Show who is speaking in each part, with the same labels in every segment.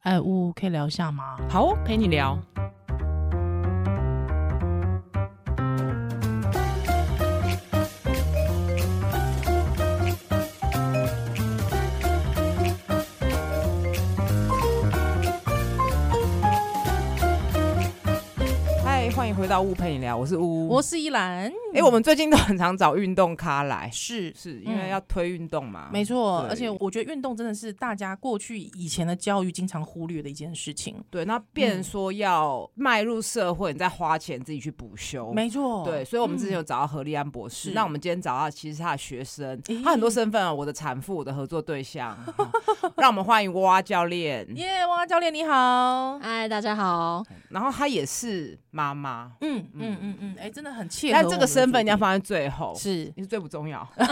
Speaker 1: 哎，呜，可以聊一下吗？
Speaker 2: 好哦，陪你聊。嗨，欢迎回到雾陪你聊，我是雾。
Speaker 1: 我是依兰，
Speaker 2: 哎、我们最近都很常找运动咖来，
Speaker 1: 是
Speaker 2: 是因
Speaker 1: 嗯
Speaker 2: 为要推运动嘛？
Speaker 1: 没错，
Speaker 2: 对
Speaker 1: 而且我觉得运动真的是大家过去以前的教育经常忽略的一件事情。
Speaker 2: 对，那
Speaker 1: 嗯
Speaker 2: 变成说要迈入社会，你再花钱自己去补修。
Speaker 1: 没错，
Speaker 2: 哦对，所以我们之前
Speaker 1: 嗯
Speaker 2: 有找到何立安博士，
Speaker 1: 是
Speaker 2: 那我们今天找到其实是他的学生，
Speaker 1: 咦
Speaker 2: 他很多身份啊，我的产妇，我的合作 对象，好让我们欢迎蛙教练，
Speaker 1: 耶，哇，教练你好，
Speaker 3: 嗨，大家好。
Speaker 2: 然后她也是妈妈，
Speaker 1: 嗯嗯嗯嗯，哎，真的很切合我
Speaker 2: 但
Speaker 1: 们的主题。
Speaker 2: 这个身份你要放在最后，
Speaker 1: 是
Speaker 2: 你是最不 重要，最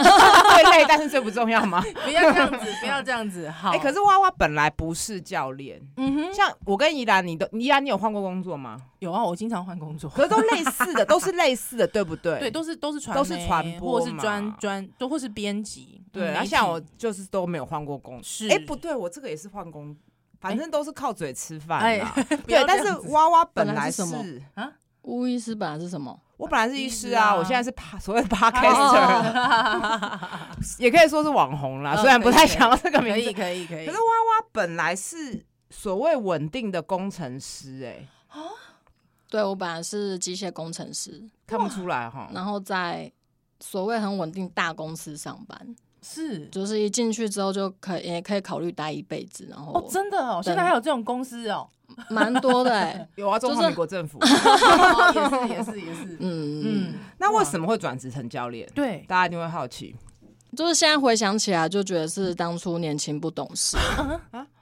Speaker 2: 累但是最不重要吗？
Speaker 1: 不要这样子，不要这样子， 好。
Speaker 2: 哎，可是蛙蛙本来不是教练，
Speaker 1: 嗯哼，
Speaker 2: 像我跟怡兰，你都怡兰，你有换过工作吗？
Speaker 1: 有啊，我经常换工作。
Speaker 2: 可是都类似的，都是类似的，对不对？
Speaker 1: 对，都是都是传
Speaker 2: 都是
Speaker 1: 媒
Speaker 2: 传播
Speaker 1: 或是
Speaker 2: 嘛
Speaker 1: 专专，都或是编辑。
Speaker 2: 对，
Speaker 1: 嗯
Speaker 2: 然后
Speaker 1: 媒
Speaker 2: 像
Speaker 1: 体
Speaker 2: 我就是都没有换过工，
Speaker 1: 是
Speaker 2: 哎、不对，我这个也是换工，反正都是靠嘴吃饭啦。
Speaker 1: 不要
Speaker 2: 对，
Speaker 1: 这
Speaker 2: 但
Speaker 1: 样
Speaker 2: 是
Speaker 1: 子
Speaker 2: 娃娃本
Speaker 3: 本来
Speaker 2: 来
Speaker 3: 是什么
Speaker 2: 是
Speaker 3: 巫医师本来是什么？
Speaker 2: 我本来是医师
Speaker 1: 医
Speaker 2: 啊，
Speaker 1: 师啊
Speaker 2: 我现在是 pa- 所谓的
Speaker 3: 哦
Speaker 2: podcaster，也可以说是网红啦。
Speaker 1: 嗯
Speaker 2: 啊虽然不
Speaker 1: 可以
Speaker 2: 太
Speaker 1: 可以
Speaker 2: 想要这个名
Speaker 1: 可以
Speaker 2: 字，
Speaker 1: 可以可以。
Speaker 2: 可是他本来是所谓稳定的工程师、哎，
Speaker 3: 对我本来是机械工程师，
Speaker 2: 看不出来哈。
Speaker 3: 然后在所谓很稳定大公司上班，
Speaker 1: 是
Speaker 3: 就是一进去之后就可以也可以考虑待一辈子，然
Speaker 1: 哦，
Speaker 3: 后
Speaker 1: 真的哦，现
Speaker 3: 等
Speaker 1: 在还有这种公司哦，
Speaker 3: 蛮多的、欸。
Speaker 2: 有啊，中
Speaker 3: 就
Speaker 2: 华
Speaker 3: 是
Speaker 2: 民国政府。
Speaker 1: 哦也是也是也是，
Speaker 3: 嗯
Speaker 1: 嗯，，
Speaker 2: 那为什么会转职成教练？
Speaker 1: 对，
Speaker 2: 大家一定会好奇。
Speaker 3: 就是现在回想起来，就觉得是当初年轻不懂事，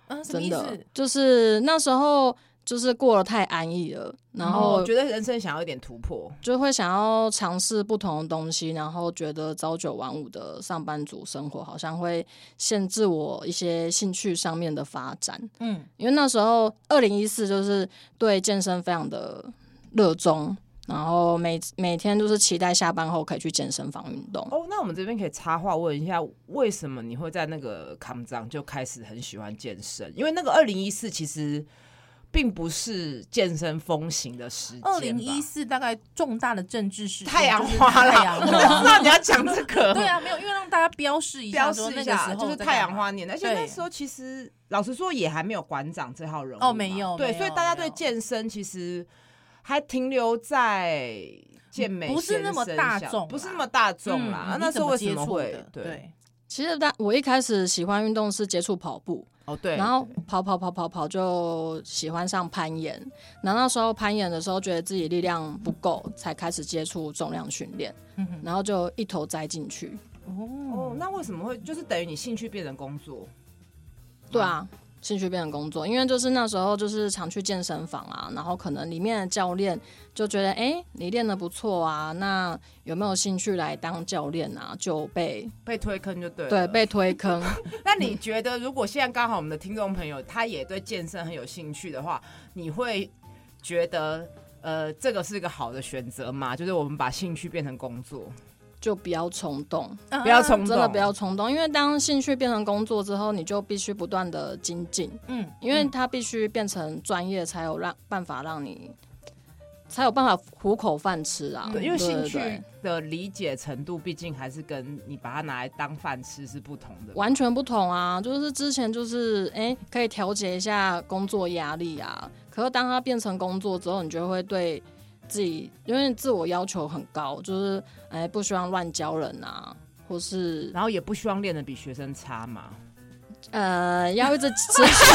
Speaker 1: 嗯，什么
Speaker 3: 真
Speaker 1: 意
Speaker 3: 的
Speaker 1: 思？
Speaker 3: 就是那时候就是过得太安逸了，然
Speaker 1: 哦
Speaker 3: 后
Speaker 2: 我觉得人生想要一点突破，
Speaker 3: 就会想要尝试不同的东西，然后觉得朝九晚五的上班族生活好像会限制我一些兴趣上面的发展。
Speaker 1: 嗯，
Speaker 3: 因为那时候二零一四就是对健身非常的热衷，然后每每天就是期待下班后可以去健身房运动。
Speaker 2: 哦，那我们这边可以插话问一下，为什么你会在那个康藏就开始很喜欢健身？因为那个二零一四其实并不是健身风行的时间吧，
Speaker 1: 二零一四大概重大的政治事件
Speaker 2: 太阳
Speaker 1: 就是
Speaker 2: 花
Speaker 1: 太阳
Speaker 2: 啦，我就
Speaker 1: 花
Speaker 2: 知道你要讲这 个，
Speaker 1: 对啊，没有，因为让大家标示一
Speaker 2: 标
Speaker 1: 下，
Speaker 2: 示
Speaker 1: 说那
Speaker 2: 一
Speaker 1: 个
Speaker 2: 下
Speaker 1: 时候
Speaker 2: 就是
Speaker 1: 在
Speaker 2: 太阳
Speaker 1: 干嘛。
Speaker 2: 花年，而且
Speaker 1: 对
Speaker 2: 那时候其实老实说也还没有馆长这号人物
Speaker 1: 哦
Speaker 2: 嘛
Speaker 1: 没有
Speaker 2: 对，
Speaker 1: 没
Speaker 2: 所以
Speaker 1: 有
Speaker 2: 大家
Speaker 1: 没
Speaker 2: 对
Speaker 1: 有
Speaker 2: 健身其实还停留在健美
Speaker 1: 不是
Speaker 2: 先
Speaker 1: 那么
Speaker 2: 生
Speaker 1: 大
Speaker 2: 想
Speaker 1: 众
Speaker 2: 不是
Speaker 1: 啦
Speaker 2: 那么大众
Speaker 1: 嗯
Speaker 2: 啦。
Speaker 1: 你
Speaker 2: 啊那
Speaker 1: 你
Speaker 2: 时
Speaker 1: 怎
Speaker 2: 候
Speaker 1: 么
Speaker 2: 为什
Speaker 1: 接
Speaker 2: 么
Speaker 1: 触
Speaker 2: 会
Speaker 1: 的
Speaker 2: 对？
Speaker 1: 对，
Speaker 3: 其实，但我一开始喜欢运动是接触跑步，
Speaker 2: 哦对，
Speaker 3: 然后跑跑跑跑跑就喜欢上攀岩，然后那时候攀岩的时候觉得自己力量不够，才开始接触重量训练，
Speaker 1: 嗯哼
Speaker 3: 然后就一头栽进去。
Speaker 2: 哦
Speaker 1: 哦，，
Speaker 3: 嗯
Speaker 2: 那为什么会就是等于你兴趣变成工作？
Speaker 3: 对啊，兴趣变成工作，因为就是那时候就是常去健身房啊，然后可能里面的教练就觉得，哎、你练的不错啊，那有没有兴趣来当教练啊？就被
Speaker 2: 被推坑就对了。
Speaker 3: 对被推坑。
Speaker 2: 那你觉得，如果现在刚好我们的听众朋友他也对健身很有兴趣的话，你会觉得呃这个是一个好的选择吗？就是我们把兴趣变成工作，
Speaker 3: 就不要冲动，
Speaker 1: 啊
Speaker 2: 不要冲动，
Speaker 3: 真的不要冲动，因为当兴趣变成工作之后，你就必须不断的精进，
Speaker 1: 嗯，
Speaker 3: 因为它必须变成专业，才有让办法让你，才有办法糊口饭吃啊。
Speaker 2: 对，因为兴
Speaker 3: 对对
Speaker 2: 趣的理解程度，毕竟还是跟你把它拿来当饭吃是不同的。
Speaker 3: 完全不同啊！就是之前就是哎、诶可以调节一下工作压力啊。可是当它变成工作之后，你就会对自己，因为自我要求很高，就是哎、诶不希望乱教人啊，或是
Speaker 2: 然后也不希望练的比学生差嘛。
Speaker 3: 呃要一直持续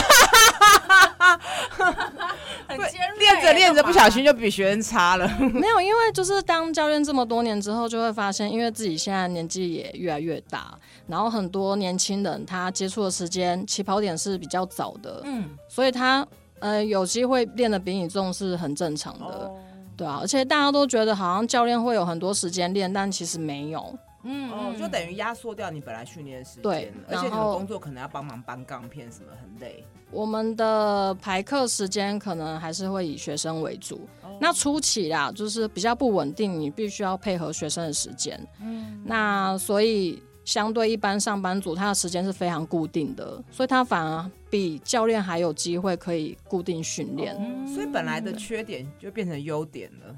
Speaker 1: 很
Speaker 2: 对
Speaker 1: 尖锐
Speaker 2: 练着练着
Speaker 3: 啊
Speaker 2: 不小心
Speaker 1: 就
Speaker 2: 就比学生差了。
Speaker 3: 没有，因为就是当教练这么多年之后，就会发现，因为自己现在年纪也越来越大，然后很多年轻人他接触的时间起跑点是比较早的，
Speaker 1: 嗯，
Speaker 3: 所以他呃有机会练的比你重是很正常的。对啊，而且大家都觉得好像教练会有很多时间练，但其实没有。
Speaker 1: 嗯
Speaker 2: 哦，
Speaker 1: 嗯
Speaker 2: 就等于压缩掉你本来训练的时间
Speaker 3: 对
Speaker 2: 了，而且你
Speaker 3: 然
Speaker 2: 们
Speaker 3: 后
Speaker 2: 工作可能要帮忙搬杠片什么，很累。
Speaker 3: 我们的排课时间可能还是会以学生为主。那初期啦，就是比较不稳定，你必须要配合学生的时间。那所以相对一般上班族，他的时间是非常固定的，所以他反而比教练还有机会可以固定训练。
Speaker 2: 所以本来的缺点就变成优点了。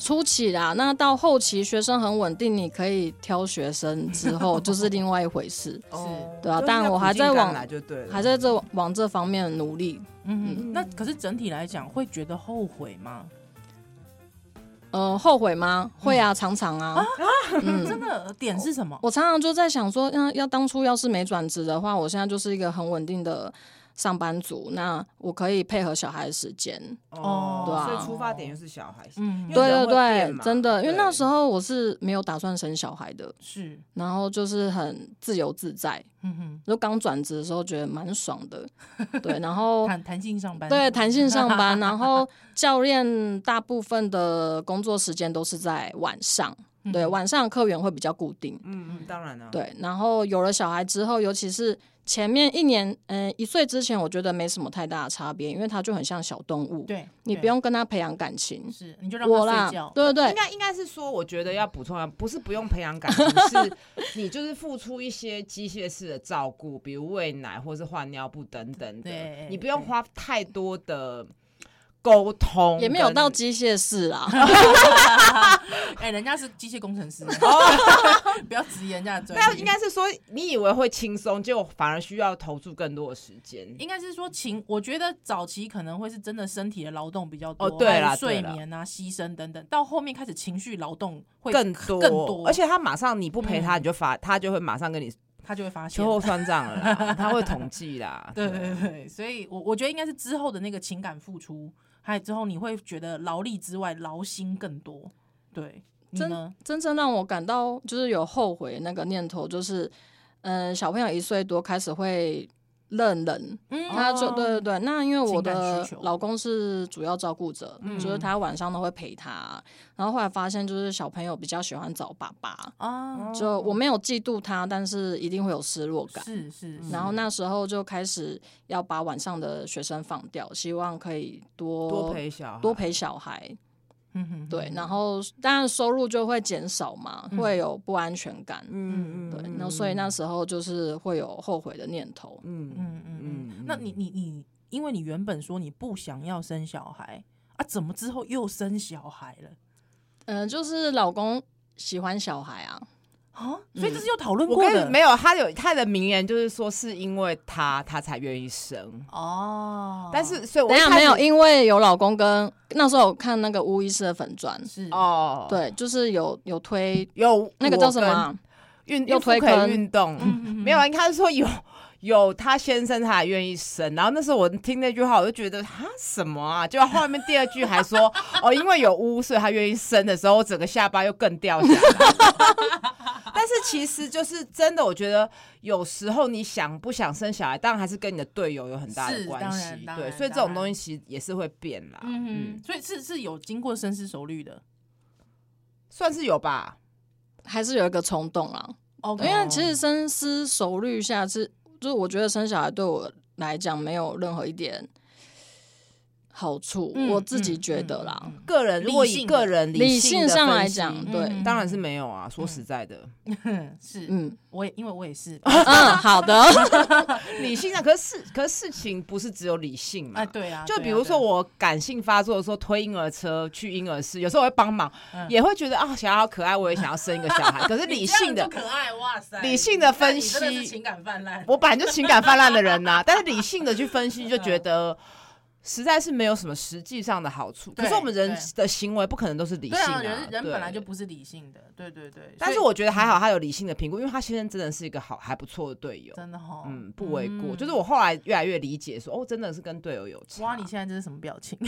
Speaker 3: 初期啦，那到后期学生很稳定，你可以挑学生之后就是另外一回事，
Speaker 2: 哦
Speaker 3: 对
Speaker 2: 就
Speaker 3: 啊
Speaker 2: 是
Speaker 3: 但
Speaker 2: 要
Speaker 3: 我
Speaker 2: 苦
Speaker 3: 还
Speaker 2: 尽
Speaker 3: 在
Speaker 2: 甘
Speaker 3: 往
Speaker 2: 来就对了，
Speaker 3: 还在这往这方面努力。
Speaker 1: 嗯，那可是整体来讲，会觉得后悔吗？
Speaker 3: 呃，后悔吗？会啊，常常啊。
Speaker 2: 嗯
Speaker 1: 真的点是什么？
Speaker 3: 我常常就在想说，要要当初要是没转职的话，我现在就是一个很稳定的上班族，那我可以配合小孩的时间。
Speaker 1: 哦
Speaker 3: 对啊
Speaker 2: 所以出发点又是小孩。
Speaker 1: 嗯
Speaker 2: 因，为
Speaker 3: 对
Speaker 2: 人
Speaker 3: 对
Speaker 2: 会变
Speaker 3: 对
Speaker 2: 嘛，
Speaker 3: 真的，因为
Speaker 2: 对
Speaker 3: 那时候我是没有打算生小孩的，
Speaker 1: 是，
Speaker 3: 然后就是很自由自在，
Speaker 1: 嗯
Speaker 3: 就刚转职的时候觉得蛮爽 的，对，然后
Speaker 1: 哼，嗯弹弹性上班，
Speaker 3: 对，弹性上班，然后教练大部分的工作时间都是在晚上，
Speaker 1: 嗯
Speaker 3: 对，晚上客源会比较固定，
Speaker 2: 嗯嗯，当然
Speaker 1: 啊
Speaker 2: 了，，
Speaker 3: 对，然后有了小孩之后，尤其是前面一年，嗯、一岁之前，我觉得没什么太大的差别，因为它就很像小动物，
Speaker 1: 对，
Speaker 3: 你
Speaker 1: 对
Speaker 3: 不用跟它培养感情。
Speaker 1: 是，你就让
Speaker 3: 我
Speaker 1: 他
Speaker 3: 啦
Speaker 1: 睡觉，，
Speaker 3: 对对
Speaker 2: 应
Speaker 3: 对，
Speaker 2: 该应该是说，我觉得要补充啊，不是不用培养感 情，是你就是付出一些机械式的照顾，比如喂奶或是换尿布等等的
Speaker 1: 对，
Speaker 2: 你不用花太多的沟通，
Speaker 3: 也没有 到 机械 式啦。
Speaker 1: 哎，人家是机械工程 师，
Speaker 2: 哦
Speaker 1: 不要质疑人家的专业。
Speaker 2: 但应该是说，你以为会轻松，结果反而需要投注更多的时间。
Speaker 1: 应该是说情，我觉得早期可能会是真的身体的劳动比较多，
Speaker 2: 哦对啦
Speaker 1: 还有睡
Speaker 2: 对啦
Speaker 1: 眠啊、牺牲等等，到后面开始情绪劳动会
Speaker 2: 更多，
Speaker 1: 更多
Speaker 2: 而且他马上你不陪
Speaker 3: 嗯
Speaker 2: 他，你就发，他就会马上跟你
Speaker 1: 他就会发现
Speaker 2: 秋。后算账了
Speaker 3: 啊
Speaker 2: 啦，他会统计啦。
Speaker 1: 对对对，所以我我觉得应该是之后的那个情感付出，还有之后你会觉得劳力之外劳心更多。对，你呢？
Speaker 3: 真正让我感到就是有后悔那个念头，就是，嗯、小朋友一岁多开始会认人，
Speaker 1: 嗯
Speaker 3: 他就对对对。那因为我
Speaker 1: 情感
Speaker 3: 的
Speaker 1: 需求嗯
Speaker 3: 老公是主要照顾者，就是他晚上都会陪他。啊然后后来发现，就是小朋友比较喜欢找爸爸，
Speaker 1: 啊，
Speaker 2: 哦
Speaker 3: 就我没有嫉妒他，但是一定会有失落感。
Speaker 1: 是是，是
Speaker 3: 然后那时候就开始要把晚上的学生放掉，希望可以多
Speaker 2: 多陪小孩，
Speaker 3: 多陪小孩，
Speaker 1: 嗯哼
Speaker 3: 对，然后当然收入就会减少嘛，会有不安全感，
Speaker 2: 嗯嗯，嗯
Speaker 3: 对，然后所以那时候就是会有后悔的念头，
Speaker 2: 嗯
Speaker 1: 嗯嗯嗯
Speaker 2: 嗯，
Speaker 1: 那你你你，因为你原本说你不想要生小孩啊，怎么之后又生小孩了
Speaker 3: 嗯、就是老公喜欢小孩啊，
Speaker 1: 啊？所以这是有讨论
Speaker 2: 嗯
Speaker 3: 嗯
Speaker 2: 我
Speaker 1: 过
Speaker 2: 跟
Speaker 1: 的，
Speaker 2: 你没有他有他的名言就是说，是因为他他才愿意生，
Speaker 1: 哦，
Speaker 2: 但是所以我
Speaker 3: 等一
Speaker 2: 一
Speaker 3: 下
Speaker 2: 开
Speaker 3: 没有，
Speaker 2: 始
Speaker 3: 因为有老公跟那时候我看那个吴医师的粉砖，
Speaker 1: 是
Speaker 2: 哦，，
Speaker 3: 对，就是有有推
Speaker 2: 有
Speaker 3: 那个
Speaker 2: 我
Speaker 3: 叫什么
Speaker 2: 跟
Speaker 3: 啊、
Speaker 2: 运
Speaker 3: 又
Speaker 2: 孕妇
Speaker 3: 推
Speaker 2: 可
Speaker 3: 坑
Speaker 2: 以运
Speaker 1: 嗯
Speaker 2: 动，没有，应该是说有有他先生他还愿意生，然后那时候我听那句话，我就觉得啊什么啊，就后面第二句还说哦，因为有污，所以他愿意生的时候，我整个下巴又更掉下来。 但是其实就是真的，我觉得有时候你想不想生小孩，当然还是跟你的队友有很大的
Speaker 1: 是
Speaker 2: 关
Speaker 1: 当然
Speaker 2: 系，
Speaker 1: 当
Speaker 2: 对，
Speaker 1: 然
Speaker 2: 所以这
Speaker 1: 当然
Speaker 2: 种东西其实也是会变啦，
Speaker 1: 嗯
Speaker 2: 嗯，
Speaker 1: 哼，所以是是有经过深思熟虑的。
Speaker 2: 算是有吧。
Speaker 3: 还是有一个冲动啊啦，
Speaker 1: 哦
Speaker 3: 因为其实深思熟虑下是，就是我觉得生小孩对我来讲没有任何一点好处，
Speaker 1: 嗯
Speaker 3: 我自己觉得啦。
Speaker 2: 个人如果
Speaker 1: 理嗯
Speaker 2: 以
Speaker 1: 性嗯
Speaker 2: 个人
Speaker 3: 理
Speaker 2: 性
Speaker 3: 性
Speaker 2: 的
Speaker 3: 上
Speaker 2: 分
Speaker 3: 来
Speaker 2: 析嗯
Speaker 3: 讲，对，
Speaker 2: 当然是没有啊。说实在的，
Speaker 1: 是，
Speaker 3: 嗯
Speaker 1: 我也因为我也 是
Speaker 3: 嗯，好的，
Speaker 2: 理性啊，可是事可是事情不是只有理性嘛。
Speaker 1: 啊，对啊，
Speaker 2: 就
Speaker 1: 对啊
Speaker 2: 比如说，我感性发作的时候，推婴儿车去婴儿室，有时候我会帮忙，
Speaker 1: 嗯
Speaker 2: 也会觉得啊，小孩好可爱，我也想要生一个小 孩。可是
Speaker 1: 对啊
Speaker 2: 理性
Speaker 1: 你
Speaker 2: 的
Speaker 1: 这，样就可爱，哇塞，
Speaker 2: 理性的分析
Speaker 1: 你真的是情感泛滥，
Speaker 2: 我本来就情感泛滥的人 呐、但是理性的去分析，就觉得实在是没有什么实际上的好处。
Speaker 1: 对
Speaker 2: 可是我们人
Speaker 1: 对
Speaker 2: 的行为不可能都是理
Speaker 1: 对
Speaker 2: 性
Speaker 1: 啊，人人
Speaker 2: 对
Speaker 1: 本来就不是理性的，对对对，
Speaker 2: 但是
Speaker 1: 所以
Speaker 2: 我觉得还好，他有理性的评估，因为他先生真的是一个好还不错的队友。
Speaker 1: 真的哈，
Speaker 2: 嗯，不为过。
Speaker 1: 嗯
Speaker 2: 就是我后来越来越理解说，哦，真的是跟队友有差。
Speaker 1: 哇，你现在这是什么表情？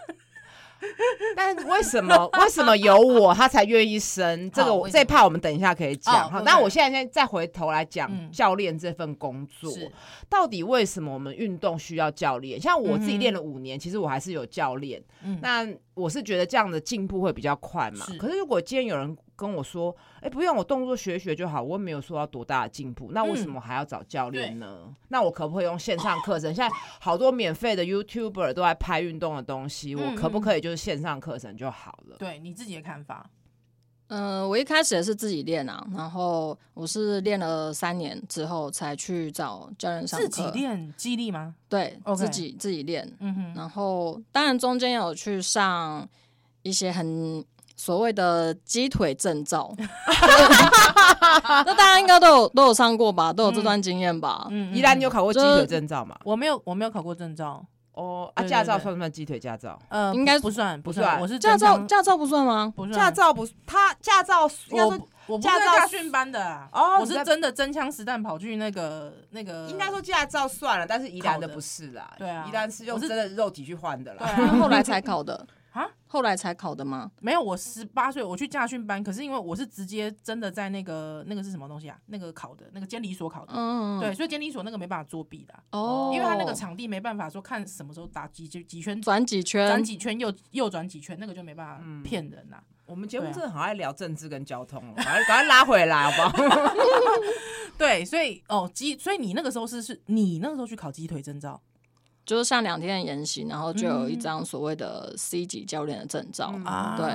Speaker 2: 但为什么为什么有我他才愿 意生？这个
Speaker 1: 好
Speaker 2: 我
Speaker 1: 为
Speaker 2: 这
Speaker 1: 什
Speaker 2: 一
Speaker 1: 么
Speaker 2: 趴我们等一下可以
Speaker 1: 哦
Speaker 2: 讲。好，
Speaker 1: OK
Speaker 2: 那我现在先再回头来讲
Speaker 1: 嗯
Speaker 2: 教练这份工作，
Speaker 1: 是
Speaker 2: 到底为什么我们运动需要教练？像我自
Speaker 1: 嗯
Speaker 2: 己
Speaker 1: 哼
Speaker 2: 练了五年，其实我还是有教练。
Speaker 1: 嗯
Speaker 2: 那我是觉得这样的进步会比较快嘛
Speaker 1: 是。
Speaker 2: 可是如果今天有人跟我说，哎、不用，我动作学一学就好，我也没有说要多大的进步，那
Speaker 1: 嗯
Speaker 2: 为什么还要找教练呢？那我可不可以用线上课程？现在好多免费的 YouTuber 都在拍运动的东西，
Speaker 1: 嗯
Speaker 2: 我可不可以就是线上课程就好了？
Speaker 1: 对你自己的看法，
Speaker 3: 嗯、我一开始也是自己练啊，然后我是练了三年之后才去找教练上课，
Speaker 1: 自己练肌力吗？
Speaker 3: 对
Speaker 1: OK
Speaker 3: 自己自己练。
Speaker 1: 嗯哼，
Speaker 3: 然后当然中间有去上一些很所谓的鸡腿 证照，那大家应该都有都有上过吧，都有这段经验吧？
Speaker 1: 嗯
Speaker 2: 依然你有
Speaker 1: 有
Speaker 2: 考过鸡
Speaker 3: 就是
Speaker 2: 腿证照嘛？
Speaker 1: 我没有我没有考过证照，
Speaker 2: 哦，啊，
Speaker 1: 对对
Speaker 2: 驾照
Speaker 1: 对
Speaker 2: 算不算鸡腿驾照？
Speaker 1: 呃，
Speaker 3: 应该
Speaker 1: 不不算不
Speaker 2: 算
Speaker 1: 算，我是
Speaker 3: 驾
Speaker 1: 正
Speaker 3: 照
Speaker 1: 常
Speaker 3: 驾照不算吗？
Speaker 1: 不算
Speaker 2: 驾，照不，他驾照应该
Speaker 1: 我
Speaker 2: 说
Speaker 1: 不我不是
Speaker 2: 驾
Speaker 1: 在
Speaker 2: 照
Speaker 1: 驾训班的啊，
Speaker 2: 哦
Speaker 1: 我
Speaker 2: 你
Speaker 1: 是
Speaker 2: 在
Speaker 1: 真的真枪实弹跑去那个那个，
Speaker 2: 应该说驾照算了，但是宜兰的
Speaker 1: 考的
Speaker 2: 不是啦，
Speaker 1: 对啊
Speaker 2: 宜兰是用
Speaker 1: 我是
Speaker 2: 真的肉体去换的
Speaker 1: 对
Speaker 2: 啦。
Speaker 1: 啊，
Speaker 3: 后来 才考的
Speaker 1: 啊？
Speaker 3: 后来才考的吗？
Speaker 1: 没有，我十八岁我去驾训班，可是因为我是直接真的在那个那个是什么东西啊？那个考的那个监理所考的，
Speaker 3: 嗯，
Speaker 1: 对，所以监理所那个没办法作弊的啊、
Speaker 3: 哦，
Speaker 1: 因为他那个场地没办法说看什么时候打几几几圈。
Speaker 3: 转几
Speaker 1: 转
Speaker 3: 圈，
Speaker 1: 几圈右右转几圈，那个就没办法骗人啦、
Speaker 2: 我们节目
Speaker 1: 对啊
Speaker 2: 真的很爱聊政治跟交通哦，赶快赶快 拉回来好不 好？
Speaker 1: 对，所以哦鸡，所以你那个时候是是你那个时候去考鸡腿证照，
Speaker 3: 就是上两天的研习，然后就
Speaker 1: 嗯
Speaker 3: 有一张所谓的 C 级教练的证照。
Speaker 1: 啊
Speaker 3: 对，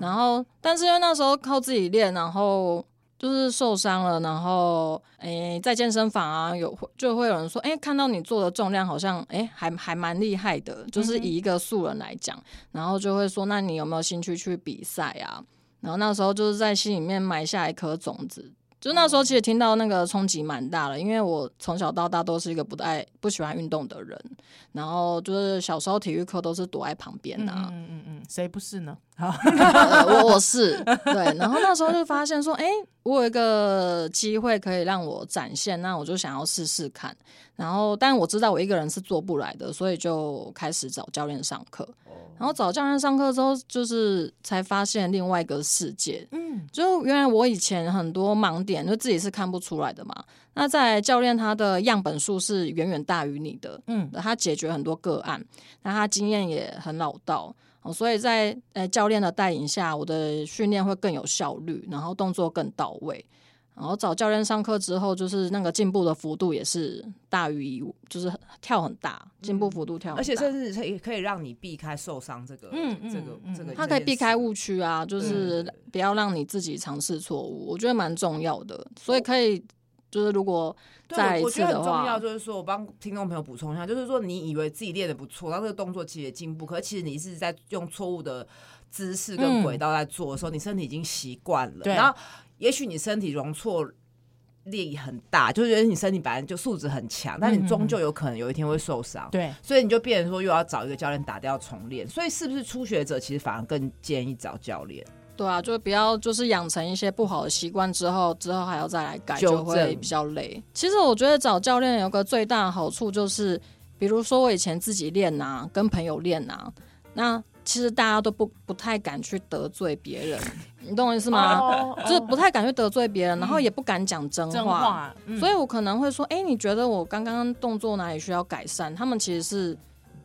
Speaker 3: 然后，但是因为那时候靠自己练，然后就是受伤了，然后诶，在健身房啊，有就会有人说，诶，看到你做的重量好像诶，还还蛮厉害的，就是以一个素人来讲，然后就会说，那你有没有兴趣去比赛啊？然后那时候就是在心里面埋下一颗种子。就那时候其实听到那个冲击蛮大的，因为我从小到大都是一个不爱不喜欢运动的人，然后就是小时候体育课都是躲在旁边
Speaker 1: 嗯
Speaker 3: 啊，
Speaker 1: 嗯嗯嗯，谁不是呢？好，
Speaker 3: 呃 我我是对，然后那时候就发现说，哎、我有一个机会可以让我展现，那我就想要试试看。然后，但我知道我一个人是做不来的，所以就开始找教练上课。然后找教练上课之后，就是才发现另外一个世界。
Speaker 1: 嗯，
Speaker 3: 就原来我以前很多盲点，就自己是看不出来的嘛。那在教练他的样本数是远远大于你的，
Speaker 1: 嗯，
Speaker 3: 他解决很多个案，那他经验也很老道，哦所以在呃教练的带领下，我的训练会更有效率，然后动作更到位。然后找教练上课之后，就是那个进步的幅度也是大于以就是跳很大，进步幅度跳很
Speaker 2: 嗯
Speaker 3: 大，
Speaker 2: 而且甚至可以可以让你避开受伤这个，
Speaker 1: 嗯嗯
Speaker 2: 这个
Speaker 1: 嗯
Speaker 2: 这个，
Speaker 3: 它可以避开误区啊，就
Speaker 2: 对
Speaker 3: 是
Speaker 2: 对
Speaker 3: 不要让你自己尝试错误，我觉得蛮重要的。所以可以就是如果
Speaker 2: 对
Speaker 3: 再一
Speaker 2: 我
Speaker 3: 次
Speaker 2: 觉得
Speaker 3: 的
Speaker 2: 很重
Speaker 3: 话
Speaker 2: 要，就是说我帮听众朋友补充一下，就是说你以为自己练的不错，然后这个动作其实也进步，可是其实你是在用错误的姿势跟
Speaker 1: 嗯
Speaker 2: 轨道在做的时候，你身体已经习惯了，
Speaker 1: 对
Speaker 2: 然后也许你身体容错。力很大，就是觉得你身体本来就素质很强，但你
Speaker 3: 嗯
Speaker 2: 终究有可能有一天会受伤，
Speaker 1: 对，
Speaker 2: 所以你就变成说又要找一个教练打掉重练。所以是不是初学者其实反而更建议找教练？
Speaker 3: 对啊，就不要就是养成一些不好的习惯之后，之后还要再来改，就
Speaker 2: 纠正
Speaker 3: 会比较累。其实我觉得找教练有个最大的好处就是，比如说我以前自己练啊，跟朋友练啊，那其实大家都不不太敢去得罪别 人，你懂我意思吗？
Speaker 1: 哦
Speaker 3: 就是不太敢去得罪别人，然后
Speaker 1: 嗯
Speaker 3: 也不敢讲真
Speaker 1: 真话，嗯
Speaker 3: 所以我可能会说，哎、你觉得我刚刚动作哪里需要改善？他们其实是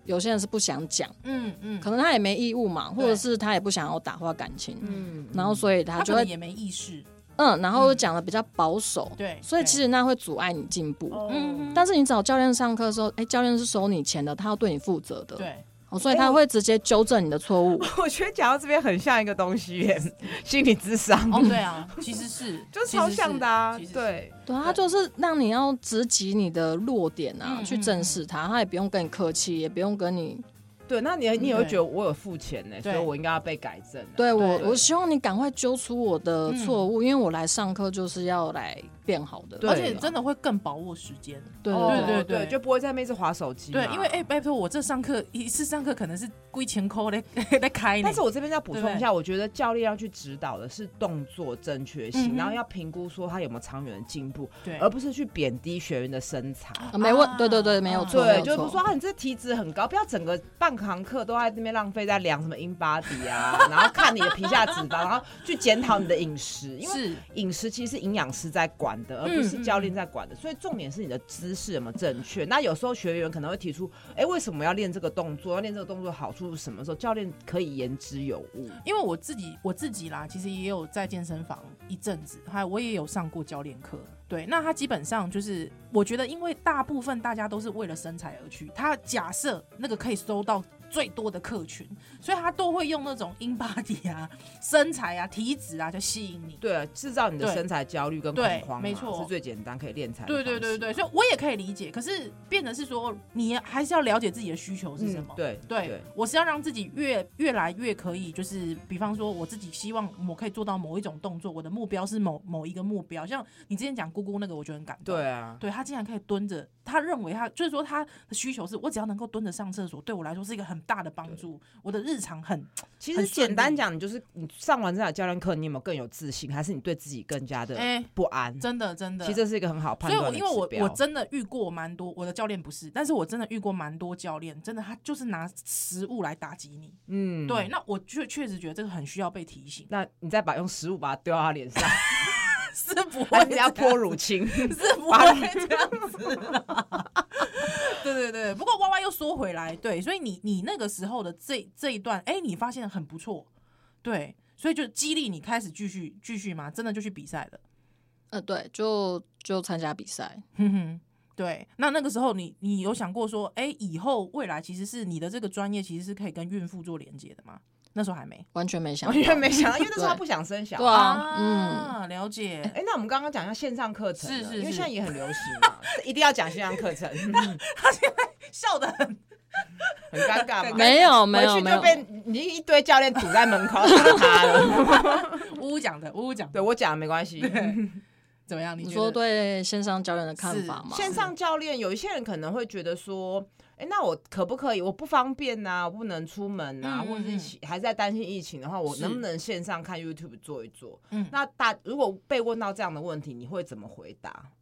Speaker 3: 有些人是不想讲，
Speaker 1: 嗯嗯，
Speaker 3: 可能他也没义务嘛，或
Speaker 1: 对
Speaker 3: 者是他也不想要打坏感情，
Speaker 2: 嗯，
Speaker 3: 然后所以他
Speaker 1: 他
Speaker 3: 就
Speaker 1: 可能
Speaker 3: 会
Speaker 1: 也没意识，
Speaker 3: 嗯，然后又讲的比较保守，
Speaker 1: 对，
Speaker 3: 所以其
Speaker 1: 对
Speaker 3: 实那会阻碍你进步。
Speaker 1: 嗯，
Speaker 3: 但是你找教练上课的时候，哎、教练是收你钱的，他要对你负责的，
Speaker 1: 对，
Speaker 3: 哦，所以
Speaker 2: 诶
Speaker 3: 他
Speaker 2: 我
Speaker 3: 会直接纠正你的 错误。
Speaker 2: 我觉得讲到这边很像一个东西耶，心理智商，
Speaker 1: 哦对啊，其实是
Speaker 2: 就是超像的啊，，对，
Speaker 3: 对，他就是让你要直击你的弱点啊，
Speaker 1: 嗯
Speaker 3: 去正视他，他也不用跟你客气，也不用跟你
Speaker 2: 对，那你你也
Speaker 1: 嗯
Speaker 2: 会
Speaker 1: 对
Speaker 2: 觉得我有付钱呢，所
Speaker 1: 嗯对
Speaker 2: 以我应该要被改正啊。
Speaker 3: 对我，
Speaker 1: 对
Speaker 3: 我希望你赶快揪出我的
Speaker 1: 嗯
Speaker 3: 错误，因为我来上课就是要来变好的。
Speaker 1: 其实是而
Speaker 2: 对
Speaker 1: 且真的会更把握时间，
Speaker 3: 对
Speaker 2: 哦
Speaker 3: 对
Speaker 1: 对
Speaker 3: 对，
Speaker 2: 对
Speaker 1: 对
Speaker 2: 就不会在那边一直啊划手机嘛。
Speaker 1: 对，因为哎拜托我这上课一次上课可能是归钱抠来 来开呢，
Speaker 2: 但是我这边要补充一
Speaker 1: 对
Speaker 2: 下，我觉得教练要去指导的是动作正确
Speaker 1: 嗯
Speaker 2: 性，
Speaker 1: 哼
Speaker 2: 然后要评估说他有没有长远的进步，
Speaker 1: 对，
Speaker 2: 而不是去贬低学员的身材。
Speaker 3: 啊没问
Speaker 1: 啊，
Speaker 3: 对对对，没有错，没
Speaker 2: 对，
Speaker 3: 有
Speaker 2: 就是不是说
Speaker 3: 错。
Speaker 2: 啊，你这体脂很高，不要整个半堂课都在那边浪费在量什么 in body 啊， 然后看你的皮下脂肪，然后去检讨你的饮食，因为
Speaker 1: 是
Speaker 2: 饮食其实是营养师在管的，而不是教练在管
Speaker 1: 嗯
Speaker 2: 的，所以重点是你的姿势有没有正确。那有时候学员可能会提出，哎、为什么要练这个动作？要练这个动作好处是什么？时候教练可以言之有物。
Speaker 1: 因为我自己我自己啦，其实也有在健身房一阵子，还有我也有上过教练课。对，那他基本上就是，我觉得因为大部分大家都是为了身材而去，他假设那个可以收到最多的客群，所以他都会用那种 in body 啊、 身材啊、体脂啊就吸引你。
Speaker 2: 对，制造你的
Speaker 1: 对
Speaker 2: 身材焦虑跟恐
Speaker 1: 对
Speaker 2: 慌嘛，
Speaker 1: 没错
Speaker 2: 是最简单可以练财。
Speaker 1: 对对对对，，所以我也可以理解，可是变得是说，你还是要了解自己的需求是什
Speaker 2: 嗯
Speaker 1: 么，。
Speaker 2: 对
Speaker 1: 对，我是要让自己越越来越可以，就是比方说，我自己希望我可以做到某一种动作，我的目标是某某一个目标。像你之前讲姑姑那个，我就很感动。
Speaker 2: 对啊，
Speaker 1: 对，他竟然可以蹲着，他认为他就是说他的需求是我只要能够蹲着上厕所，对我来说是一个很大的帮助。我的日常很
Speaker 2: 其
Speaker 1: 很
Speaker 2: 实
Speaker 1: 顺利
Speaker 2: 简单讲，你就是你上完这堂教练课，你有没有更有自信，还是你对自己更加的
Speaker 1: 哎、
Speaker 2: 不安？
Speaker 1: 真的真的，
Speaker 2: 其实这是一个很好判
Speaker 1: 所以
Speaker 2: 断
Speaker 1: 我
Speaker 2: 的
Speaker 1: 因为我
Speaker 2: 指标
Speaker 1: 我真的遇过蛮多，我的教练不是，但是我真的遇过蛮多教练，真的他就是拿食物来打击你。
Speaker 2: 嗯
Speaker 1: 对，。那我确确实觉得这个很需要被提 醒，
Speaker 2: 那你再把用食物把它丢到他脸 上，
Speaker 1: 是不会
Speaker 2: 还是要
Speaker 1: 这样
Speaker 2: 泼乳清？
Speaker 1: 是不会这样子啦。 对对对，不过 Y Y 又说回来，对，所以你你那个时候的这这一段，哎、你发现很不错，对，所以就激励你开始继续继续嘛，真的就去比赛了。
Speaker 3: 呃，对，就就参加比赛。
Speaker 1: 哼哼，对，那那个时候你你有想过说，哎、以后未来其实是你的这个专业其实是可以跟孕妇做连接的吗？那时候还没
Speaker 3: 完全没想
Speaker 2: 完
Speaker 3: 到，
Speaker 2: 全没想到，因为那时候他
Speaker 3: 对
Speaker 2: 不想生小
Speaker 3: 对
Speaker 2: 孩。
Speaker 3: 啊，嗯，
Speaker 1: 嗯，了解。
Speaker 2: 哎，那我们刚刚讲一下线上课程了，
Speaker 1: 是是
Speaker 2: 因为
Speaker 1: 是
Speaker 2: 现在也很流行 嘛，这一定要讲线上课 程，
Speaker 1: 他现在笑得很
Speaker 2: 很尴尬嘛。
Speaker 3: 嗯没有没有
Speaker 2: 回去
Speaker 3: 没
Speaker 2: 就
Speaker 3: 有，
Speaker 2: 被你一堆教练堵在门口打他 了。
Speaker 1: 呜呜讲的，呜呜讲的
Speaker 2: 对，我讲没关系。
Speaker 1: 怎么样？你
Speaker 3: 你
Speaker 1: 觉
Speaker 3: 说
Speaker 1: 得？
Speaker 3: 对线上教练的看法吗？
Speaker 2: 线上教练有一些人可能会觉得说，哎、那我可不可以？我不方便呐、我不能出门呐、
Speaker 1: 嗯嗯
Speaker 2: 或者是一起还是在担心疫情的话，我
Speaker 1: 是
Speaker 2: 能不能线上看 YouTube 做一做？
Speaker 1: 嗯
Speaker 2: 那大如果被问到这样的问题，你会怎么回答？
Speaker 1: 哦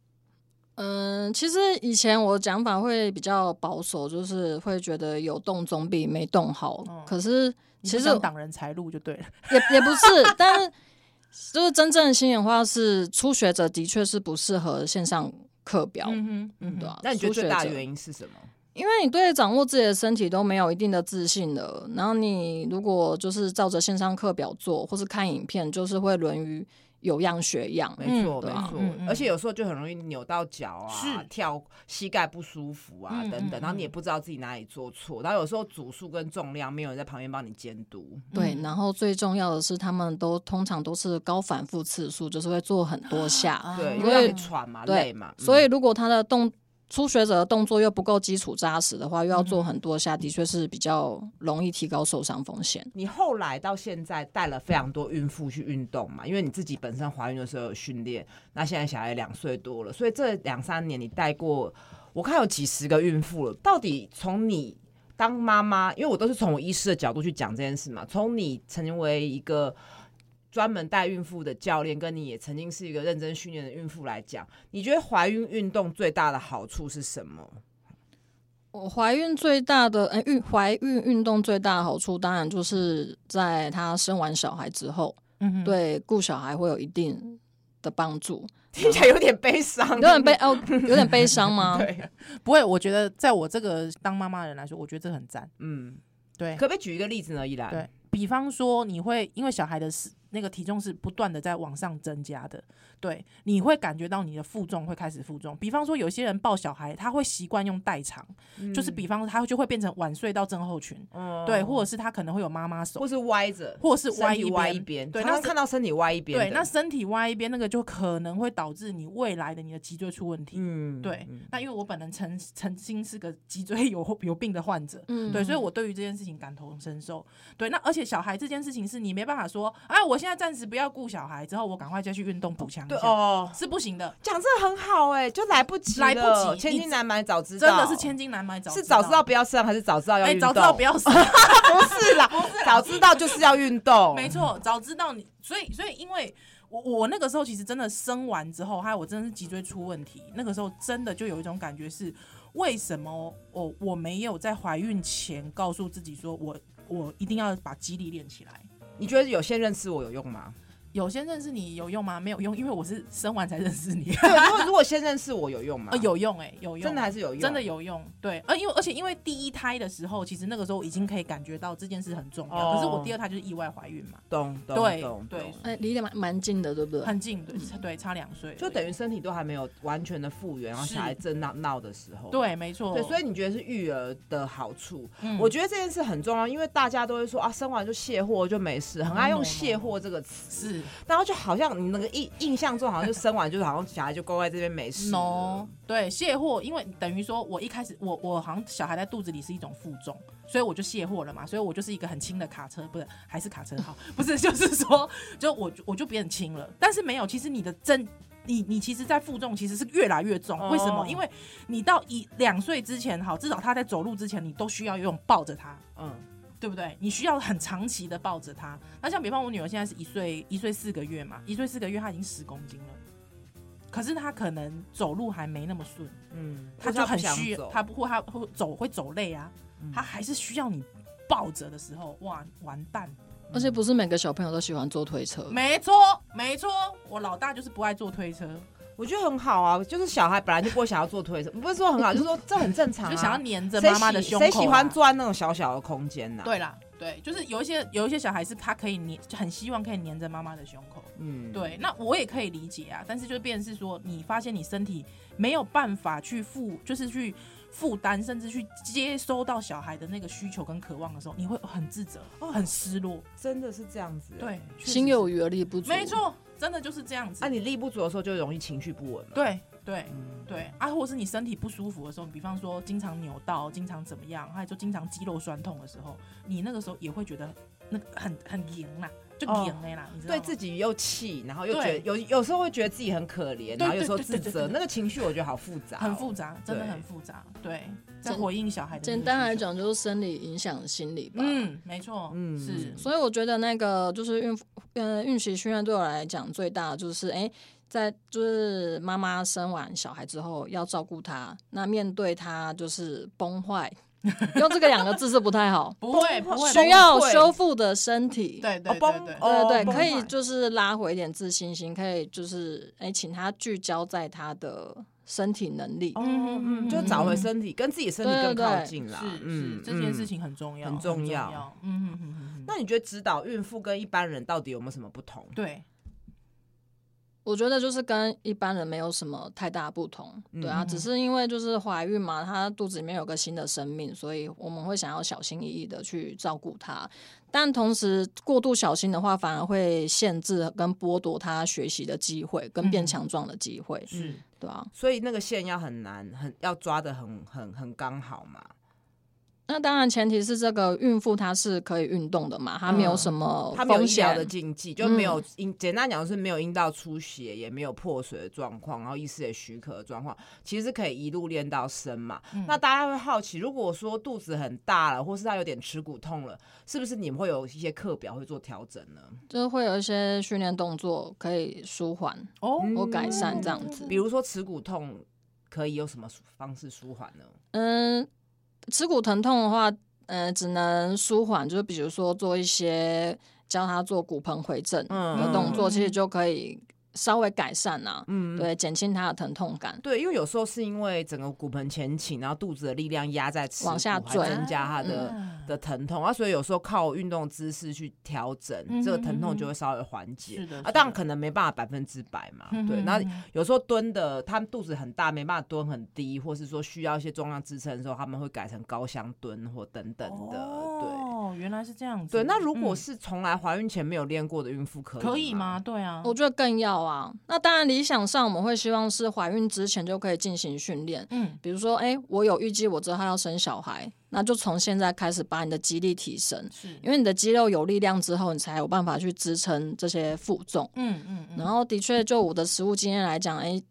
Speaker 3: 嗯，其实以前我的讲法会比较保守，就是会觉得有动总比没动好。
Speaker 2: 哦
Speaker 1: 嗯
Speaker 3: 可是
Speaker 1: 你
Speaker 3: 其
Speaker 1: 是
Speaker 3: 实
Speaker 1: 想挡人财路就对了。
Speaker 3: 也也不是， 但是就是真正的心眼话是，初学者的确是不适合线上课表，
Speaker 1: 嗯哼，嗯哼
Speaker 3: 对啊。
Speaker 2: 那你觉得最大的
Speaker 3: 初学者
Speaker 2: 原因是什么？
Speaker 3: 因为你对掌握自己的身体都没有一定的自信了，然后你如果就是照着线上课表做，或是看影片，就是会沦于有样学样。
Speaker 2: 没错，
Speaker 3: 对
Speaker 2: 没
Speaker 3: 啊
Speaker 2: 错
Speaker 1: 嗯，嗯
Speaker 2: 而且有时候就很容易扭到脚啊
Speaker 1: 是，
Speaker 2: 跳膝盖不舒服啊
Speaker 1: 嗯
Speaker 2: 等
Speaker 1: 嗯
Speaker 2: 等，然后你
Speaker 1: 嗯
Speaker 2: 也不知道自己哪里做错，然后有时候组数跟重量没有人在旁边帮你监督，
Speaker 3: 对，
Speaker 1: 嗯
Speaker 3: 然后最重要的是，他们都通常都是高反复次数，就是会做很多
Speaker 1: 啊
Speaker 3: 下，
Speaker 2: 对，因
Speaker 3: 因
Speaker 2: 为让
Speaker 3: 为
Speaker 2: 你喘嘛，
Speaker 3: 对
Speaker 2: 累嘛，啊嗯
Speaker 3: 所以如果他的动初学者的动作又不够基础扎实的话，又要
Speaker 2: 嗯
Speaker 3: 做很多下，的确是比较容易提高受伤风险。
Speaker 2: 你后来到现在带了非常多孕妇去运动嘛，因为你自己本身怀孕的时候有训练，那现在小孩两岁多了，所以这两三年你带过，我看有几十个孕妇了。到底从你当妈妈，因为我都是从我医师的角度去讲这件事嘛，从你成为一个专门带孕妇的教练，跟你也曾经是一个认真训练的孕妇来讲，你觉得怀孕运动最大的好处是什么？
Speaker 3: 我怀孕最大的，哎、孕怀孕运动最大的好处，当然就是在她生完小孩之后，
Speaker 1: 嗯哼，
Speaker 3: 对啊顾小孩会有一定的帮助。
Speaker 2: 听起来有点悲伤，
Speaker 1: 嗯
Speaker 3: 有点悲哦，有点悲 伤 吗？
Speaker 2: 对，
Speaker 1: 不会，我觉得在我这个当妈妈的人来说，我觉得这很赞。
Speaker 2: 嗯，
Speaker 1: 对
Speaker 2: 可不可以举一个例子呢？依兰，
Speaker 1: 对，比方说你会因为小孩的是那个体重是不断的在往上增加的，对，你会感觉到你的负重会开始负重。比方说有些人抱小孩，他会习惯用代偿，
Speaker 3: 嗯
Speaker 1: 就是比方说他就会变成晚睡到症候群，
Speaker 2: 嗯哦
Speaker 1: 对，或者是他可能会有妈妈手，
Speaker 2: 或是歪着，
Speaker 1: 或是歪
Speaker 2: 身
Speaker 1: 一
Speaker 2: 体
Speaker 1: 边
Speaker 2: 歪一边，
Speaker 1: 对，
Speaker 2: 常
Speaker 1: 那
Speaker 2: 常
Speaker 1: 是
Speaker 2: 看到身体歪一边的，
Speaker 1: 对，那身体歪一边，那个就可能会导致你未来的你的脊椎出问题。
Speaker 2: 嗯
Speaker 1: 对
Speaker 2: 嗯，
Speaker 1: 那因为我本人曾曾经是个脊椎有有病的患者，
Speaker 3: 嗯
Speaker 1: 对，所以我对于这件事情感同身受。对，那而且小孩这件事情是你没办法说，哎，我现在暂时不要顾小孩，之后我赶快再去运动补强一
Speaker 2: 对
Speaker 1: 下，
Speaker 2: 哦，
Speaker 1: 是不行的，
Speaker 2: 讲这很好哎，就来不及了，
Speaker 1: 来不及
Speaker 2: 千金难买早知
Speaker 1: 真
Speaker 2: 道，
Speaker 1: 的是千金难买早
Speaker 2: 是早知道，不要啊生，还是早知道要
Speaker 1: 哎，
Speaker 2: 运动？
Speaker 1: 早知道不要生，
Speaker 2: 不是 啦，早知道就是要运动，
Speaker 1: 没错，早知道你，所以所以因为。我我那个时候其实真的生完之后，还有我真的是脊椎出问题，那个时候真的就有一种感觉是，为什么我我没有在怀孕前告诉自己说我我一定要把肌力练起来？
Speaker 2: 你觉得有些认识我有用吗？
Speaker 1: 有先认识你有用吗？没有用，因为我是生完才认识 你，
Speaker 2: 对，如果如果先认识我有用吗？
Speaker 1: 呃，有用哎、有用，
Speaker 2: 真的还是有用，
Speaker 1: 真的有用，对，呃，因为而且因为第一胎的时候，其实那个时候已经可以感觉到这件事很重要，
Speaker 2: 哦
Speaker 1: 可是我第二胎就是意外怀孕嘛，
Speaker 2: 懂懂
Speaker 1: 对
Speaker 2: 懂
Speaker 1: 对
Speaker 2: 懂
Speaker 3: 哎，离得蛮蛮近的，对不对？
Speaker 1: 很近，对，对，差两岁而已，
Speaker 2: 就等于身体都还没有完全的复原，然后小孩正闹闹的时候，
Speaker 1: 对，没错，
Speaker 2: 对，所以你觉得是育儿的好处？
Speaker 1: 哦嗯
Speaker 2: 我觉得这件事很重要，因为大家都会说啊，生完就卸货就没事，很爱用
Speaker 1: no, no,
Speaker 2: 卸货这个词，
Speaker 1: 嗯是
Speaker 2: 然后就好像你那个印印象中好像就生完就好像小孩就乖乖在这边没事了
Speaker 1: no，对，卸货，因为等于说我一开始我我好像小孩在肚子里是一种负重，所以我就卸货了嘛，所以我就是一个很轻的卡车，不是还是卡车好，不是就是说就 我就我就变轻了，但是没有，其实你的真。你你其实，在负重其实是越来越重，为什么
Speaker 2: 哦？
Speaker 1: 因为你到一两岁之前，好，至少他在走路之前，你都需要有种抱着他，
Speaker 2: 嗯，
Speaker 1: 对不对？你需要很长期的抱着他。那像比方我女儿现在是一岁一岁四个月嘛，一岁四个月她已经十公斤了，可是她可能走路还没那么顺，
Speaker 2: 嗯，
Speaker 1: 她就很需
Speaker 2: 要，
Speaker 1: 她不或她会走会走累啊，
Speaker 2: 嗯
Speaker 1: 她还是需要你抱着的时候，哇，完蛋！
Speaker 3: 而且不是每个小朋友都喜欢坐推
Speaker 2: 呃
Speaker 3: 车，
Speaker 1: 没错，没错，我老大就是不爱坐推车，
Speaker 2: 我觉得很好啊，就是小孩本来就不会想要做推车，不是说很好，就是说这很正常、啊，
Speaker 1: 就想要黏着
Speaker 2: 谁
Speaker 1: 妈妈的
Speaker 2: 喜
Speaker 1: 胸口、啊
Speaker 2: 谁喜欢？钻那种小小的空间呐、，
Speaker 1: 对啦，对，就是有一些有一些小孩是他可以黏，就很希望可以黏着妈妈的胸口。
Speaker 2: 嗯，
Speaker 1: 对，那我也可以理解啊，但是就变成是说，你发现你身体没有办法去负，就是去负担，甚至去接收到小孩的那个需求跟渴望的时候，你会很自责，很失落。
Speaker 2: 真的是这样子、欸。
Speaker 1: 对，确实
Speaker 3: 心
Speaker 1: 是
Speaker 3: 有余而力不足。
Speaker 1: 没，错，真的就是这样子。
Speaker 2: 啊，你力不足的时候就容易情绪不稳嘛。，
Speaker 1: 对对
Speaker 2: 嗯，
Speaker 1: 对啊，或者是你身体不舒服的时候，你比方说经常扭到，经常怎么样，还有就经常肌肉酸痛的时候，你那个时候也会觉得那个很很赢啦，就
Speaker 2: 哦
Speaker 1: 赢的啦，你知道
Speaker 2: 对
Speaker 1: 吗？
Speaker 2: 自己又气，然后又觉得
Speaker 1: 对
Speaker 2: 有有时候会觉得自己很可
Speaker 1: 对
Speaker 2: 怜，然后有时候自
Speaker 1: 对对对对
Speaker 2: 责，
Speaker 1: 对
Speaker 2: 那个情绪我觉得好复杂、哦
Speaker 1: 很复。杂，真的
Speaker 2: 对
Speaker 1: 很复杂。对，在
Speaker 3: 简
Speaker 1: 回应小孩的那个
Speaker 3: 简单
Speaker 1: 需
Speaker 3: 来
Speaker 1: 求
Speaker 3: 讲就是生理影响心理吧。
Speaker 1: 嗯，没错，
Speaker 2: 嗯
Speaker 1: 嗯，是，
Speaker 3: 所以我觉得那个就是孕妇，呃，孕期训练对我来讲最大的就是，哎、在就是妈妈生完小孩之后要照顾她，那面对她就是崩坏， 用这个两个字是不太好
Speaker 1: 不会不会，
Speaker 3: 需要
Speaker 2: 崩溃
Speaker 3: 修复的身体。
Speaker 1: 对
Speaker 2: 哦
Speaker 1: 对对
Speaker 2: 崩
Speaker 1: 对，
Speaker 2: 哦
Speaker 3: 对对
Speaker 2: 崩
Speaker 3: 可以
Speaker 2: 坏
Speaker 3: 就是拉回一点自信心，可以就是哎、请她聚焦在她的身体能力。
Speaker 2: 哦，
Speaker 1: 嗯嗯
Speaker 2: 嗯，就找回身体，跟自己身体
Speaker 3: 对
Speaker 2: 更
Speaker 3: 对
Speaker 2: 靠
Speaker 3: 对
Speaker 2: 近啦。
Speaker 1: 是是
Speaker 2: 嗯，
Speaker 1: 这件
Speaker 2: 嗯
Speaker 1: 事。情很重要，
Speaker 2: 很
Speaker 1: 很
Speaker 2: 重要
Speaker 1: 要，嗯嗯嗯嗯，
Speaker 2: 那你觉得指导孕妇跟一般人到底有没有什么不同？
Speaker 1: 对，
Speaker 3: 我觉得就是跟一般人没有什么太大不同，对啊，
Speaker 1: 嗯
Speaker 3: 只是因为就是怀孕嘛，她肚子里面有个新的生命，所以我们会想要小心翼翼的去照顾她。但同时过度小心的话，反而会限制跟剥夺她学习的机会跟变
Speaker 1: 嗯
Speaker 3: 强壮的机会，
Speaker 1: 是
Speaker 2: 嗯
Speaker 3: 对啊。
Speaker 2: 所以那个线要很难，很要抓的很很很刚好嘛。
Speaker 3: 那当然前提是这个孕妇她是可以运动的嘛，她没有什
Speaker 1: 哦
Speaker 3: 么
Speaker 2: 嗯他没有
Speaker 3: 风
Speaker 2: 医疗
Speaker 3: 险
Speaker 2: 的禁忌，就
Speaker 1: 嗯
Speaker 2: 没有阴，简单讲是没有阴道出血，也没有破水的状况，然后医师也许可的状况，其实是可以一路练到生嘛。
Speaker 1: 嗯
Speaker 2: 那大家会好奇，如果说肚子很大了，或是他有点耻骨痛了，是不是你们会有一些课表会做调整呢？
Speaker 3: 就是会有一些训练动作可以舒缓
Speaker 1: 哦
Speaker 2: 嗯
Speaker 3: 或改善这样子。
Speaker 2: 比如说耻骨痛可以有什么方式舒缓呢？
Speaker 3: 嗯，耻骨疼痛的话，嗯，只能舒缓，就是比如说做一些教他做骨盆回正
Speaker 2: 嗯
Speaker 3: 的动
Speaker 1: 嗯
Speaker 3: 作，其实就可以稍微改善啦、
Speaker 2: 嗯，
Speaker 3: 对，减轻他的疼痛感。
Speaker 2: 对，因为有时候是因为整个骨盆前倾，然后肚子的力量压在耻骨，
Speaker 3: 往下
Speaker 2: 还
Speaker 3: 坠
Speaker 2: 增加它的、
Speaker 1: 啊
Speaker 2: 的疼痛啊，所以有时候靠运动姿势去调整，
Speaker 1: 嗯
Speaker 2: 这个
Speaker 1: 哼
Speaker 2: 疼痛
Speaker 1: 嗯
Speaker 2: 就
Speaker 1: 哼
Speaker 2: 会稍微缓解
Speaker 1: 是的
Speaker 2: 啊。
Speaker 1: 是
Speaker 2: 当
Speaker 1: 的
Speaker 2: 然可能没办法百分之百嘛，
Speaker 1: 嗯
Speaker 2: 对。
Speaker 1: 嗯
Speaker 2: 那
Speaker 1: 嗯
Speaker 2: 有时候蹲的，他们肚子很大，没办法蹲很低，或是说需要一些重量支撑的时候，他们会改成高箱蹲或等等的，
Speaker 1: 哦，原来是这样子，
Speaker 2: 对。对，那如果
Speaker 1: 嗯
Speaker 2: 是从来怀孕前没有练过的孕妇，可以
Speaker 1: 可以
Speaker 2: 吗
Speaker 1: 吗？？对啊，
Speaker 3: 我觉得更要啊。那当然，理想上我们会希望是怀孕之前就可以进行训练，
Speaker 1: 嗯，
Speaker 3: 比如说，哎、我有预计我之后要生小孩，那就从现在开始把你的肌力提升，
Speaker 1: 是，
Speaker 3: 因为你的肌肉有力量之后，你才有办法去支撑这些负重。
Speaker 1: 嗯嗯嗯，
Speaker 3: 然后的确，就我的实物经验来讲，哎，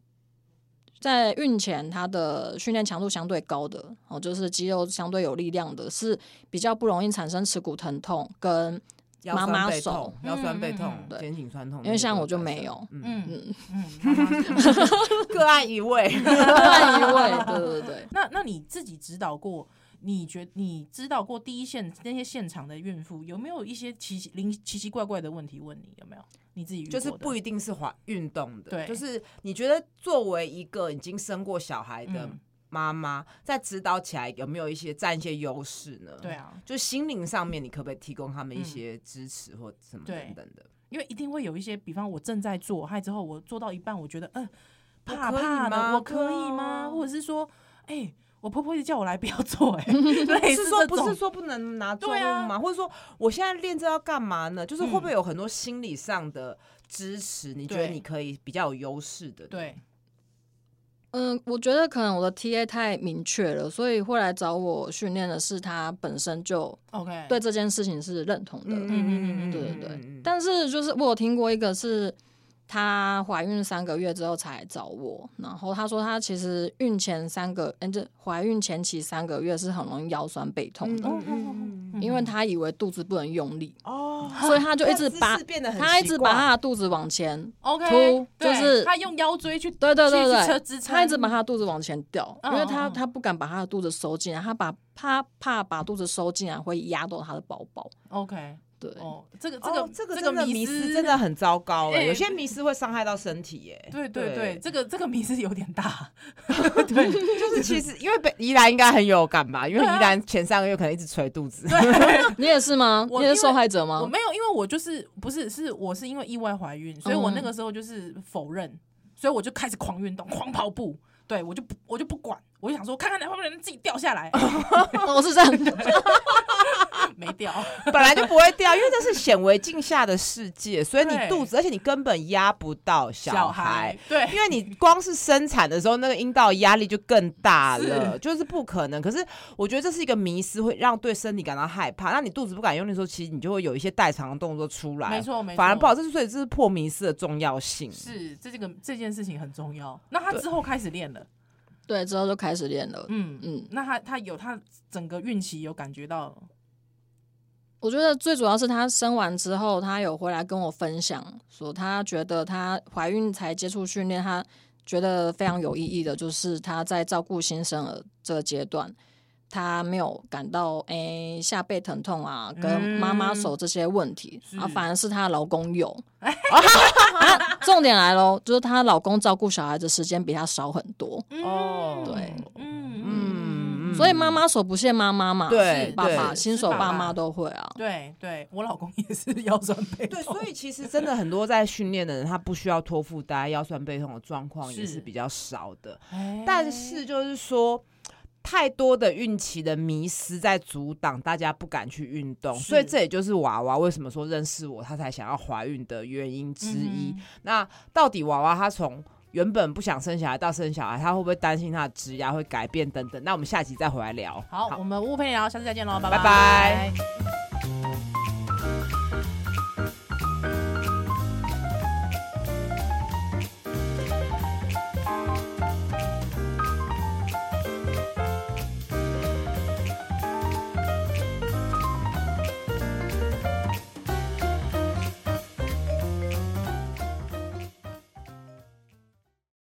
Speaker 3: 在孕前它的训练强度相对高的哦，就是肌肉相对有力量的，是比较不容易产生耻骨疼痛跟
Speaker 2: 腰
Speaker 3: 妈
Speaker 2: 酸
Speaker 3: 妈
Speaker 2: 背
Speaker 3: 手
Speaker 2: 痛，腰酸背
Speaker 1: 嗯嗯
Speaker 2: 痛
Speaker 1: 嗯，
Speaker 3: 对
Speaker 2: 肩颈酸痛那些都会改善，
Speaker 3: 因为像我就没有
Speaker 2: 嗯
Speaker 1: 嗯嗯，妈妈 是
Speaker 2: 个案一 位，
Speaker 3: 对对对对对。
Speaker 1: 那那你自己指导过？你觉你知道过第一现那些现场的孕妇有没有一些奇奇零奇奇怪怪的问题问你有没有？你自己遇
Speaker 2: 就是
Speaker 1: 过的
Speaker 2: 不一定是滑运动的，
Speaker 1: 对
Speaker 2: 就是你觉得作为一个已经生过小孩的
Speaker 1: 嗯
Speaker 2: 妈妈，在指导起来有没有一些占一些优势呢？
Speaker 1: 对，啊，
Speaker 2: 就心灵上面，你可不可以提供他们一
Speaker 1: 嗯
Speaker 2: 些支持或什么
Speaker 1: 对
Speaker 2: 等等的？
Speaker 1: 因为一定会有一些，比方我正在做，害之后我做到一半，我觉得嗯、呃
Speaker 2: 我
Speaker 1: 怕
Speaker 2: 可以
Speaker 1: 怕
Speaker 2: 吗
Speaker 1: 的，我可以
Speaker 2: 对啊
Speaker 1: 吗？或者是说，哎、我婆婆一直叫我来不要做、 哎， 类似
Speaker 2: 是说
Speaker 1: 这
Speaker 2: 不是
Speaker 1: 种
Speaker 2: 说不能拿重
Speaker 1: 对啊
Speaker 2: 物吗？或者说我现在练这要干嘛呢？就是会不
Speaker 1: 嗯
Speaker 2: 会有很多心理上的支持？你觉得
Speaker 1: 对
Speaker 2: 你可以比较有优势的？，
Speaker 1: 对，
Speaker 3: 嗯，我觉得可能我的 TA 太明确了，所以会来找我训练的是他本身就
Speaker 1: OK，
Speaker 3: 对这件事情是认同的。
Speaker 2: 嗯
Speaker 1: 嗯嗯嗯嗯
Speaker 3: 对对
Speaker 2: 嗯
Speaker 3: 对
Speaker 2: 嗯。
Speaker 3: 但是就是我有听过一个是她怀孕三个月之后才来找我，然后她说她其实孕前三个，嗯、这怀孕前期三个月是很容易腰酸背痛的，
Speaker 2: 嗯
Speaker 1: 哦，哦哦哦
Speaker 3: 因为她以为肚子不能用力，
Speaker 2: 哦，
Speaker 3: 所以她就一直
Speaker 2: 这姿
Speaker 3: 把
Speaker 2: 势变得很
Speaker 3: 她一
Speaker 2: 奇
Speaker 3: 直把
Speaker 2: 怪
Speaker 3: 她的肚子往前，
Speaker 1: OK，
Speaker 3: 凸
Speaker 1: 对
Speaker 3: 就是
Speaker 1: 他用腰椎去
Speaker 3: 对对对
Speaker 1: 去去车
Speaker 3: 对，
Speaker 1: 支撑，
Speaker 3: 她一直把她的肚子往前掉，因为
Speaker 1: 嗯
Speaker 3: 她
Speaker 1: 嗯嗯
Speaker 3: 她不敢把她的肚子收进来，她把怕怕把肚子收进来会压到她的宝宝，
Speaker 1: OK，
Speaker 3: 对。
Speaker 1: 哦，这个这
Speaker 2: 哦
Speaker 1: 个
Speaker 2: 这个
Speaker 1: 这
Speaker 2: 真
Speaker 1: 个
Speaker 2: 的迷
Speaker 1: 思
Speaker 2: 失真。的很糟糕哎、
Speaker 1: 哎
Speaker 2: 有些迷失会伤害到身体 耶、
Speaker 1: 对对对，
Speaker 2: 欸对，
Speaker 1: 这个这个迷思有点 大，
Speaker 2: 就是其实因为北宜兰应该很有感吧，因为宜
Speaker 1: 对啊
Speaker 2: 兰前三个月可能一直捶肚子，
Speaker 3: 你也是吗？
Speaker 1: 我
Speaker 3: 你
Speaker 1: 因
Speaker 3: 也
Speaker 1: 为
Speaker 3: 是受害者
Speaker 1: 我
Speaker 3: 吗？
Speaker 1: 没有，因为我就是不是是我是因为意外怀孕，所以我那
Speaker 3: 嗯
Speaker 1: 个时候就是否认，所以我就开始狂运动、狂跑步，对我就不我就不管，我就想说看看哪会不能自己掉下来，
Speaker 3: 我哦是这样，
Speaker 1: 没掉，
Speaker 2: 本来就不会掉，因为这是显微镜下的世界，所以你
Speaker 1: 对
Speaker 2: 肚子，而且你根本压不到小孩。
Speaker 1: 对
Speaker 2: 因为你光是生产的时候，那个阴道压力就更大了，
Speaker 1: 是
Speaker 2: 就是不可能。可是我觉得这是一个迷失，会让对身体感到害怕。那你肚子不敢用力的时候，其实你就会有一些代偿的动作出来，
Speaker 1: 没错没错，
Speaker 2: 反而不好。这是所以这是破迷失的重要性。
Speaker 1: 是这这个这件事情很重要。那他
Speaker 2: 对呃
Speaker 1: 之后开始练了，
Speaker 3: 对，之后就开始练了。
Speaker 1: 嗯，
Speaker 3: 嗯，
Speaker 1: 那他他有他整个孕期有感觉到
Speaker 3: 我觉得最主要是她生完之后，她有回来跟我分享，说她觉得她怀孕才接触训练，她觉得非常有意义的，就是她在照顾新生儿这个阶段，她没有感到诶、下背疼痛啊，跟
Speaker 1: 嗯
Speaker 3: 妈妈手这些问题，
Speaker 1: 是
Speaker 3: 啊，反而是她老 公有。啊、重点来喽，就是她老公照顾小孩的时间比她少很多，
Speaker 2: 哦
Speaker 3: 对
Speaker 1: 嗯
Speaker 2: 嗯
Speaker 3: 所以妈妈手不限妈妈嘛，
Speaker 2: 对
Speaker 1: 是
Speaker 3: 爸爸
Speaker 2: 对
Speaker 3: 新手
Speaker 1: 是爸
Speaker 3: 爸
Speaker 1: 爸
Speaker 3: 妈都会啊。
Speaker 1: 对对，我老公也是腰酸背
Speaker 2: 对，
Speaker 1: 痛，
Speaker 2: 所以其实真的很多在训练的人，他不需要托付大家腰酸背痛的状况也
Speaker 1: 是
Speaker 2: 是比较少的。
Speaker 1: 哎
Speaker 2: 但是就是说，太多的孕期的迷失在阻挡大家不敢去运动，
Speaker 1: 是
Speaker 2: 所以这也就是娃娃为什么说认识我，她才想要怀孕的原因之一。
Speaker 1: 嗯
Speaker 2: 那到底娃娃她从原本不想生小孩到生小孩，她会不会担心她的职涯会改变等等？那我们下集再回来聊。
Speaker 1: 好，我们乌佩聊，下次再见喽，
Speaker 2: 拜
Speaker 1: 拜
Speaker 2: 拜